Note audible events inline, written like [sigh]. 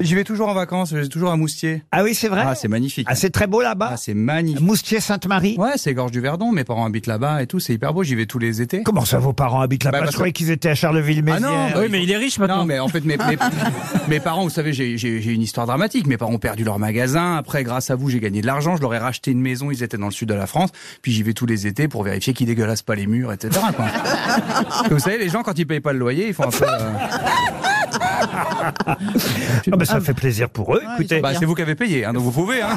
J'y vais toujours en vacances, j'ai toujours à Moustier. Ah oui, c'est vrai Ah, c'est magnifique. Ah, c'est très beau là-bas. Ah, c'est magnifique. Moustier-Sainte-Marie Ouais, c'est Gorge du Verdon, mes parents habitent là-bas et tout, c'est hyper beau, j'y vais tous les étés. Comment ça, vos parents habitent là-bas Bah, parce Je croyais qu'ils étaient à Ah Charleville-Mézières. non, bah Oui, mais il est riche maintenant. Non, mais en fait, mes, [laughs] mes, mes parents, vous savez, j'ai- j'ai j'ai une histoire dramatique. Mes parents ont perdu leur magasin. Après, grâce à vous, j'ai gagné de l'argent. Je leur ai racheté une maison. Ils étaient dans le sud de la France. Puis j'y vais tous les étés pour vérifier qu'ils dégueulassent pas les murs, etc. [laughs] quoi. Parce que vous savez, les gens, quand ils payent pas le loyer, ils font un peu. euh, Ah, bah, ça fait plaisir pour eux. Écoutez, Bah, c'est vous qui avez payé, hein, donc vous pouvez. Hein.